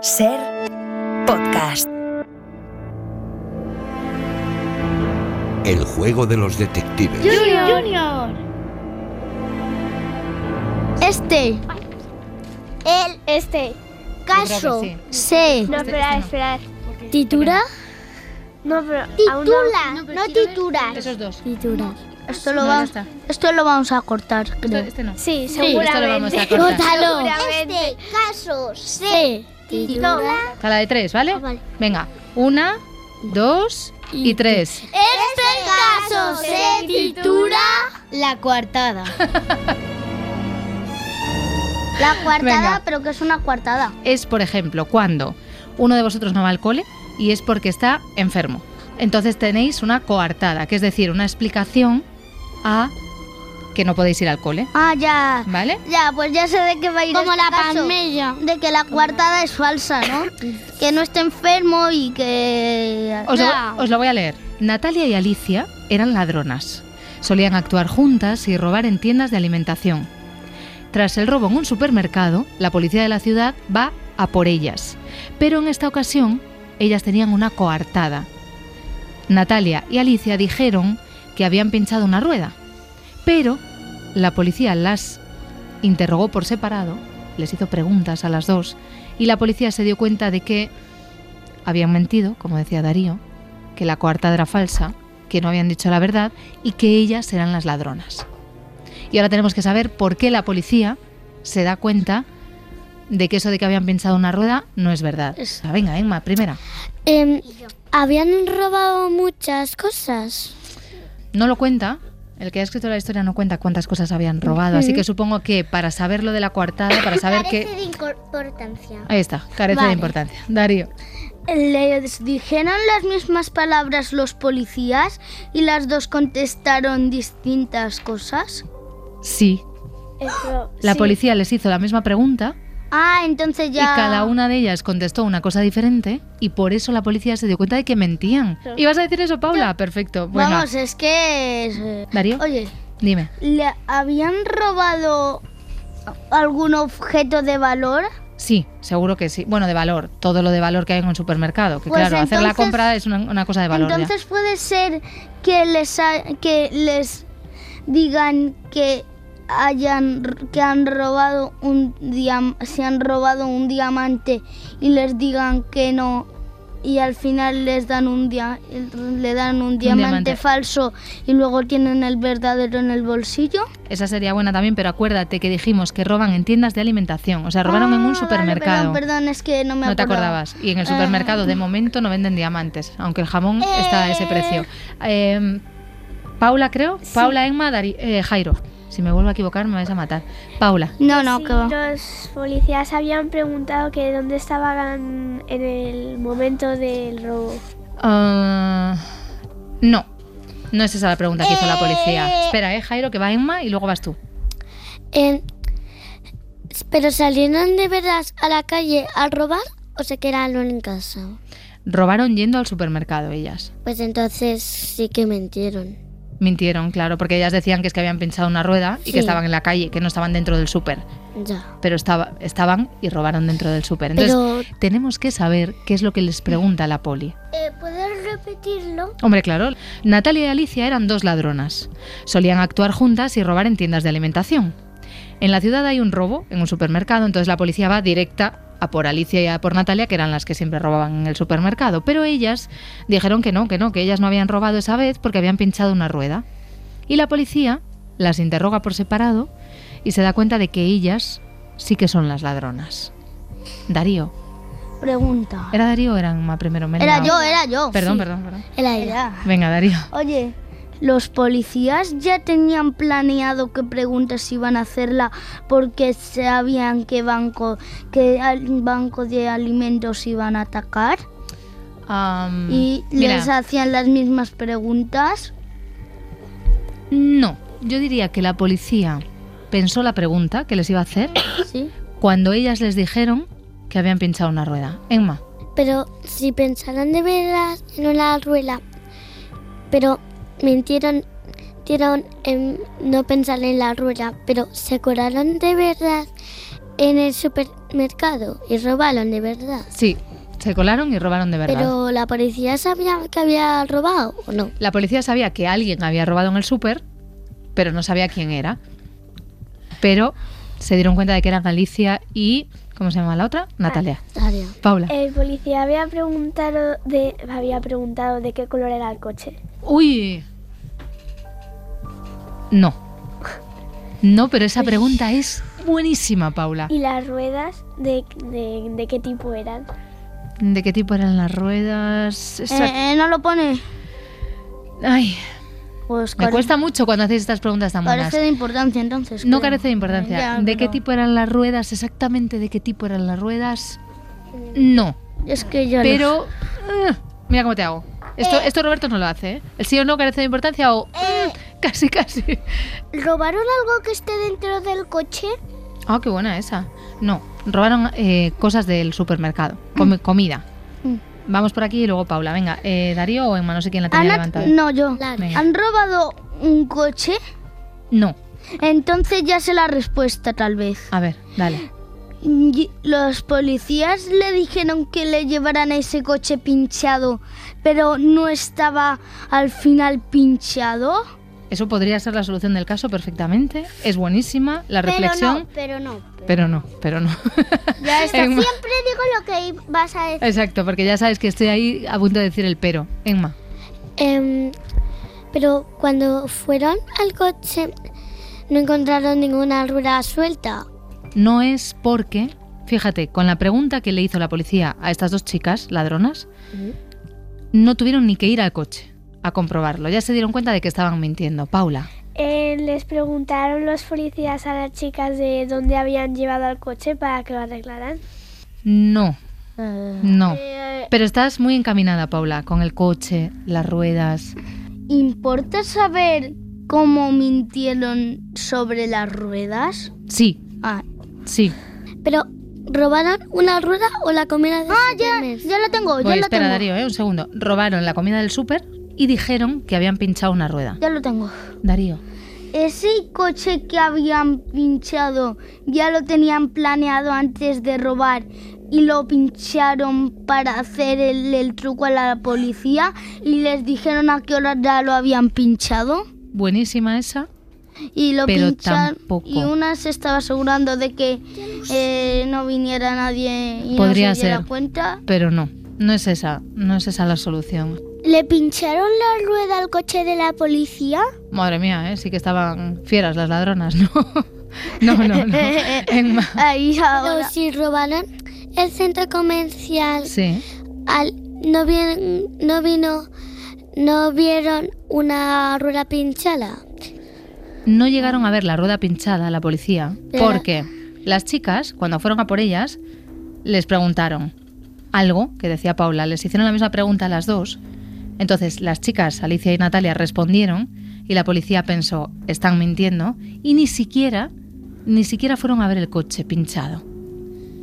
Ser podcast. El juego de los detectives. Junior. Este. El Este. caso se No, esperar, esperar. titula No, pero aún no. titula, no, titular. Esos dos. Titular. Esto lo No, ya vamos, está. esto lo vamos a cortar, Esto- creo. Este no. Sí, Esto lo vamos a seguramente. cortar. Córtalo. Seguramente. Este caso se titula Hasta la de tres, ¿vale? Ah, vale. Venga. Una, dos y tres. Este caso se titula La coartada. La coartada, Venga. pero que es una coartada. Es, por ejemplo, cuando uno de vosotros no va al cole y es porque está enfermo. Entonces tenéis una coartada, que es decir, una explicación a que no podéis ir al cole, Ah, ya. ¿vale? Ya, pues ya sé de qué va a ir Como este la palmella. De que la coartada es falsa, ¿no? que no esté enfermo y que... Os lo, os lo voy a leer. Natalia y Alicia eran ladronas. Solían actuar juntas y robar en tiendas de alimentación. Tras el robo en un supermercado, la policía de la ciudad va a por ellas. Pero en esta ocasión, ellas tenían una coartada. Natalia y Alicia dijeron que habían pinchado una rueda. Pero la policía las interrogó por separado, les hizo preguntas a las dos, y la policía se dio cuenta de que habían mentido, como decía Darío, que la coartada era falsa, que no habían dicho la verdad y que ellas eran las ladronas. Y ahora tenemos que saber por qué la policía se da cuenta de que eso de que habían pensado una rueda no es verdad. Es- Ah, Venga, Emma, primera. Em, habían robado muchas cosas. No lo cuenta. El que ha escrito la historia no cuenta cuántas cosas habían robado, así que supongo que para saber lo de la coartada, para saber que... de importancia. Ahí está, carece de Vale. importancia. Darío. Les dijeron las mismas palabras los policías y las dos contestaron distintas cosas. Sí, Eso, la sí. policía les hizo la misma pregunta, Ah, entonces ya... Y cada una de ellas contestó una cosa diferente y por eso la policía se dio cuenta de que mentían. Claro. ¿Ibas a decir eso, Paula? Perfecto. Venga. Vamos, es que... es, eh, Darío, Oye, dime. ¿le habían robado algún objeto de valor? Sí, seguro que sí. Bueno, de valor. Todo lo de valor que hay en un supermercado. Que Pues claro, hacer la entonces- compra es una, una cosa de valor. ya. Entonces puede ser que les ha- que les digan que hayan que han robado un diam- se han robado un diamante y les digan que no y al final les dan un dia- le dan un diamante, diamante. falso y luego tienen el verdadero en el bolsillo. Esa sería buena también, pero acuérdate que dijimos que roban en tiendas de alimentación. O sea, robaron en Ah, un vale, supermercado. perdón, perdón, es que no me no te acordaba. acordabas. Y en el supermercado de momento no venden diamantes, aunque el jamón está a ese precio. Eh, Paula, creo. Paula, Emma, Dari- eh, Jairo. Si me vuelvo a equivocar me vais a matar. Paula. No, no, Sí, que va. los policías habían preguntado que dónde estaban en el momento del robo. ah, no. No es esa la pregunta que hizo la policía. Espera, eh, Jairo, que va Emma y luego vas tú. Em, pero salieron de veras a la calle a robar o se quedaron en casa. Robaron yendo al supermercado ellas. Pues entonces sí que mintieron. Mintieron, claro, porque ellas decían que es que habían pinchado una rueda y Sí. que estaban en la calle, que no estaban dentro del súper. Ya. pero estaba, estaban y robaron dentro del súper. Entonces, tenemos que saber qué es lo que les pregunta la poli. ¿Puedes repetirlo? Hombre, claro, Natalia y Alicia eran dos ladronas. Solían actuar juntas y robar en tiendas de alimentación. En la ciudad hay un robo en un supermercado, entonces la policía va directa a por Alicia y a por Natalia, que eran las que siempre robaban en el supermercado. Pero ellas dijeron que no, que no, que ellas no habían robado esa vez porque habían pinchado una rueda. Y la policía las interroga por separado y se da cuenta de que ellas sí que son las ladronas. Darío. Pregunta. ¿Era Darío o eran más primero? Me he Era liado. yo, era yo. Perdón, Sí. perdón, perdón. Era ella. Era. Venga, Darío. Oye, los policías ya tenían planeado qué preguntas iban a hacerla porque sabían qué banco, qué al- banco de alimentos iban a atacar Am, y Mm, mira. les hacían las mismas preguntas. No, yo diría que la policía pensó la pregunta que les iba a hacer Sí. cuando ellas les dijeron que habían pinchado una rueda. Emma, Pero si pensaran de veras en una rueda, pero mintieron, mintieron en no pensar en la rueda, pero se acordaron de veras en el supermercado y robaron de verdad. Sí, se colaron y robaron de verdad. Pero la policía sabía que había robado o no. La policía sabía que alguien había robado en el súper, pero no sabía quién era. Pero se dieron cuenta de que eran Alicia y. ¿Cómo se llama la otra? Natalia. Daria. Paula. El policía había preguntado de había preguntado de qué color era el coche. ¡Uy! No. No, pero esa pregunta es buenísima, Paula. ¿Y las ruedas de, de, de qué tipo eran? ¿De qué tipo eran las ruedas? Esa- Eh, eh, no lo pone. Ay, Pues me care- cuesta mucho cuando hacéis estas preguntas tan monas. carece de importancia entonces. No creo. carece de importancia. Ya, ¿De qué pero- tipo eran las ruedas? Exactamente de qué tipo eran las ruedas. No. Es que ya lo sé. Pero. eh, mira cómo te hago. Esto, esto Roberto no lo hace, ¿eh? El sí o no carece de importancia o. Eh. mm, casi, casi. ¿Robaron algo que esté dentro del coche? Ah, qué buena esa. No, robaron eh, cosas del supermercado. comi- comida. Mm. Vamos por aquí y luego Paula. Venga, eh, Darío o Emma, no sé quién la tenía Han levantada. at- no, yo. Claro. Venga. ¿Han robado un coche? No. Entonces ya sé la respuesta tal vez. A ver, dale. Y- Los policías le dijeron que le llevaran ese coche pinchado, pero no estaba al final pinchado. Eso podría ser la solución del caso perfectamente. Es buenísima la reflexión. Pero no, pero no. Pero no, pero no. Ya está. Emma. Siempre digo lo que vas a decir. Exacto, porque ya sabes que estoy ahí a punto de decir el pero. Emma. Em, pero cuando fueron al coche no encontraron ninguna rueda suelta. No es porque, fíjate, con la pregunta que le hizo la policía a estas dos chicas ladronas, no tuvieron ni que ir al coche a comprobarlo. Ya se dieron cuenta de que estaban mintiendo. Paula. Eh, les preguntaron los policías a las chicas de dónde habían llevado al coche para que lo arreglaran. Eh, No. Eh, No. Ah. Pero estás muy encaminada, Paula, con el coche, las ruedas. ¿Importa saber cómo mintieron sobre las ruedas? Sí, Ah, sí. Pero robaron una rueda o la comida de ah, ya la tengo, ya Voy, la espera, tengo. Darío, ¿eh? un segundo. Robaron la comida del súper y dijeron que habían pinchado una rueda. Ya lo tengo. Darío. Ese coche que habían pinchado ya lo tenían planeado antes de robar y lo pincharon para hacer el, el truco a la policía y les dijeron a qué hora ya lo habían pinchado Buenísima esa. y lo Pero pincharon tampoco. y una se estaba asegurando de que eh, no viniera nadie y Podría no se diera ser. cuenta. Pero no, no es esa. No es esa la solución. ¿Le pincharon la rueda al coche de la policía? Madre mía, ¿eh? sí que estaban fieras las ladronas, ¿no? No, no, no. Emma. Ahí Pero ahora. si robaron el centro comercial, Sí, al, no, vi- no vino, no vieron una rueda pinchada. no llegaron a ver la rueda pinchada la policía porque las chicas, cuando fueron a por ellas, les preguntaron algo que decía Paula. Les hicieron la misma pregunta a las dos. Entonces las chicas, Alicia y Natalia, respondieron y la policía pensó, están mintiendo y ni siquiera, ni siquiera fueron a ver el coche pinchado.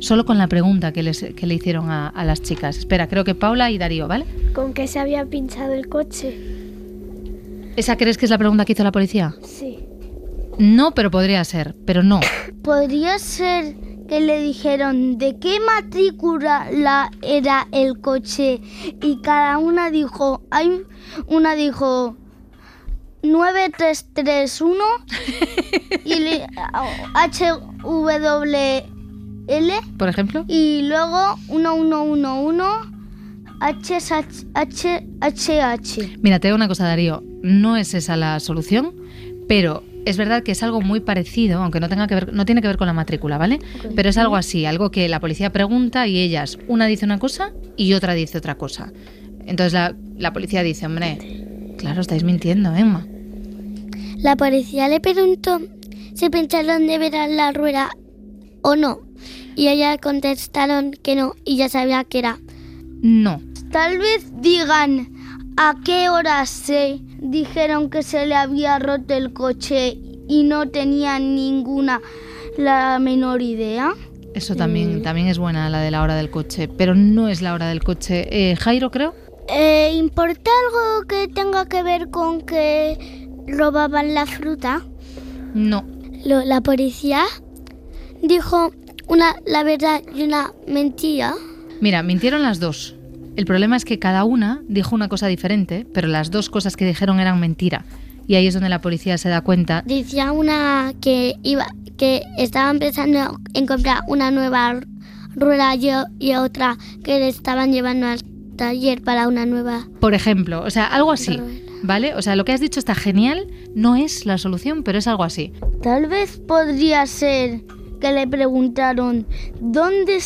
Solo con la pregunta que, les- que le hicieron a, a las chicas. Espera, creo que Paula y Darío, ¿vale? ¿Con qué se había pinchado el coche? ¿Esa crees que es la pregunta que hizo la policía? Sí. No, pero podría ser, pero no. Podría ser que le dijeron de qué matrícula la era el coche y cada una dijo, hay una dijo 9331 y le- HWL Por ejemplo, y luego 1111 HSH HH. mira, te digo una cosa, Darío, no es esa la solución, pero es verdad que es algo muy parecido, aunque no tenga que ver, no tiene que ver con la matrícula, ¿vale? Pero es algo así, algo que la policía pregunta y ellas, una dice una cosa y otra dice otra cosa. Entonces la, la policía dice, hombre, claro, estáis mintiendo, Emma. La policía le preguntó si pincharon de veras la rueda o no. Y ellas contestaron que no y ya sabía que era. No, Tal vez digan a qué hora se dijeron que se le había roto el coche y no tenían ninguna la menor idea. eso también, también es buena la de la hora del coche, pero no es la hora del coche. Eh, Jairo, creo. Eh, ¿Importa algo que tenga que ver con que robaban la fruta? No, Lo- la policía dijo una la verdad y una mentira. Mira, mintieron las dos. El problema es que cada una dijo una cosa diferente, pero las dos cosas que dijeron eran mentira. Y ahí es donde la policía se da cuenta. Decía una que iba que estaban pensando en comprar una nueva rueda y, y otra que le estaban llevando al taller para una nueva. Por ejemplo, o sea, algo así. ¿Vale? O sea, lo que has dicho está genial, no es la solución, pero es algo así. Tal vez podría ser que le preguntaron dónde,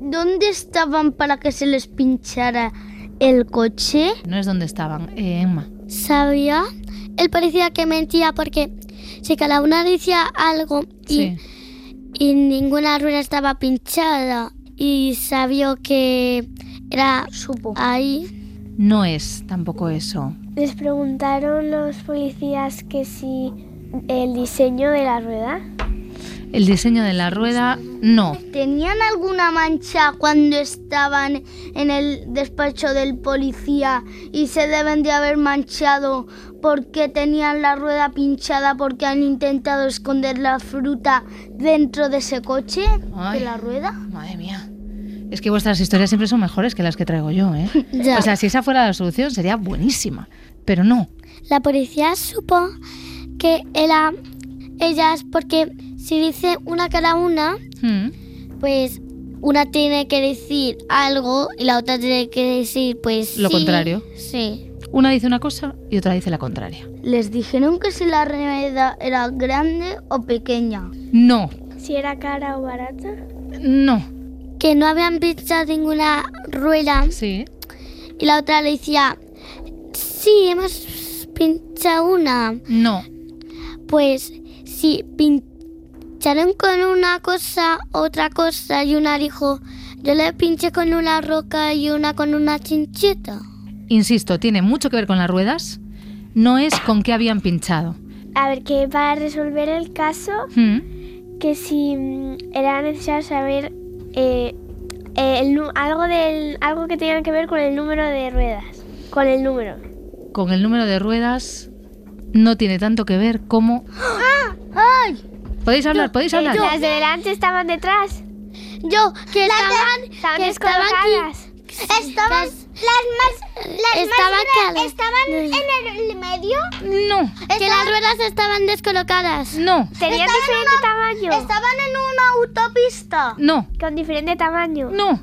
dónde estaban para que se les pinchara el coche. No es dónde estaban, eh, Emma. Sabía. Él parecía que mentía porque si cada una decía algo y, Sí. y ninguna rueda estaba pinchada y sabía que era Supo. ahí. No es tampoco eso. Les preguntaron los policías que si el diseño de la rueda. El diseño de la rueda, no. ¿Tenían alguna mancha cuando estaban en el despacho del policía y se deben de haber manchado porque tenían la rueda pinchada porque han intentado esconder la fruta dentro de ese coche? Ay. ¿De la rueda? Madre mía. Es que vuestras historias siempre son mejores que las que traigo yo, ¿eh? Ya. O sea, si esa fuera la solución sería buenísima. Pero no. La policía supo que era ellas porque si dice una cada una, Mm. pues una tiene que decir algo y la otra tiene que decir pues Lo sí, contrario. Sí. Una dice una cosa y otra dice la contraria. ¿Les dijeron que si la rueda era grande o pequeña? No, Si era cara o barata. no. Que no habían pinchado ninguna rueda Sí. y la otra le decía, sí, hemos pinchado una. No. Pues si pincharon con una cosa, otra cosa y una dijo, yo le pinché con una roca y una con una chincheta. Insisto, tiene mucho que ver con las ruedas. No es con qué habían pinchado. A ver, que para resolver el caso, Mm. que si mm, era necesario saber eh, el nu- algo, del, algo que tenga que ver con el número de ruedas. Con el número. Con el número de ruedas no tiene tanto que ver como... Ah, Podéis hablar, eh, podéis hablar. Las de delante estaban detrás. Yo, que estaban, Estaban que estaban aquí. descolocadas. Estaban las más, estaban cala- en el medio? No, que las ruedas estaban descolocadas. no, Tenían diferente tamaño. Estaban en una autopista. no, Con diferente tamaño. no.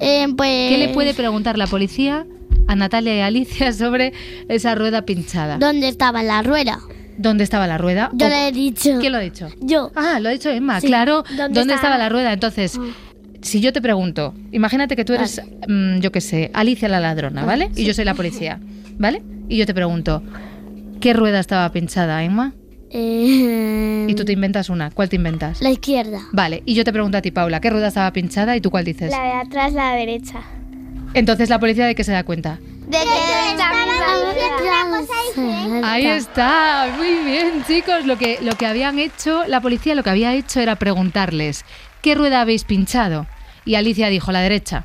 Eh, pues, ¿Qué le puede preguntar la policía a Natalia y a Alicia sobre esa rueda pinchada? ¿Dónde estaba la rueda? ¿Dónde estaba la rueda? Yo ¿O- le he dicho. ¿Quién lo ha dicho? Yo. Ah, lo ha dicho Emma, Sí. claro. ¿Dónde, ¿Dónde está? estaba la rueda? Entonces, si yo te pregunto, imagínate que tú eres, mm, yo qué sé, Alicia la ladrona, ¿vale? Y yo soy la policía, ¿vale? Y yo te pregunto, ¿qué rueda estaba pinchada, Emma? Eh, Y tú te inventas una, ¿cuál te inventas? La izquierda. Vale, y yo te pregunto a ti, Paula, ¿qué rueda estaba pinchada? ¿Y tú cuál dices? La de atrás, la derecha. Entonces la policía de qué se da cuenta. De que 啊 Ahí está, muy bien chicos. Lo que, lo que habían hecho, la policía lo que había hecho era preguntarles, ¿qué rueda habéis pinchado? Y Alicia dijo la derecha,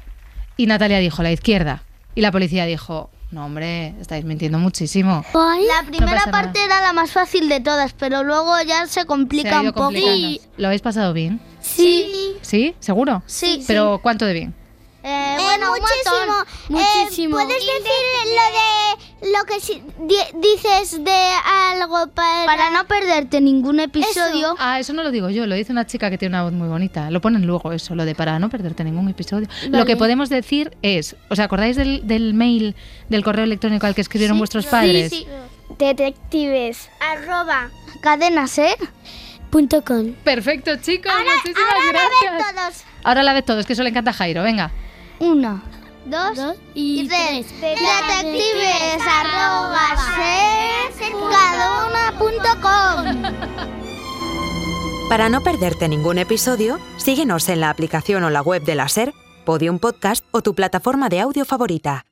y Natalia dijo la izquierda, y la policía dijo, no hombre, estáis mintiendo muchísimo. Voy. La primera pasa parte era la más fácil de todas, pero luego ya se Se complica ha ido un poco. complicando. ¿Lo habéis pasado bien? Sí. ¿Sí? ¿Seguro? Sí, ¿Pero cuánto de bien? Eh, bueno, un montón. Muchísimo. ¿puedes decir lo de lo que dices de algo Para no perderte ningún episodio, Ah, eso no lo digo yo, lo dice una chica que tiene una voz muy bonita. Lo ponen luego eso, lo de para no perderte ningún episodio. Lo que podemos decir es, ¿os acordáis del, del mail, del correo electrónico al que escribieron vuestros padres? Detectives. arroba cadena ser. punto com. Perfecto, chicos. muchísimas gracias. Todos. ahora la vez todos, que eso le encanta a Jairo. Venga. Una, dos, y y tres. Detectives arroba ser cadena.com. Para no perderte ningún episodio, síguenos en la aplicación o la web de la SER, Podium Podcast o tu plataforma de audio favorita.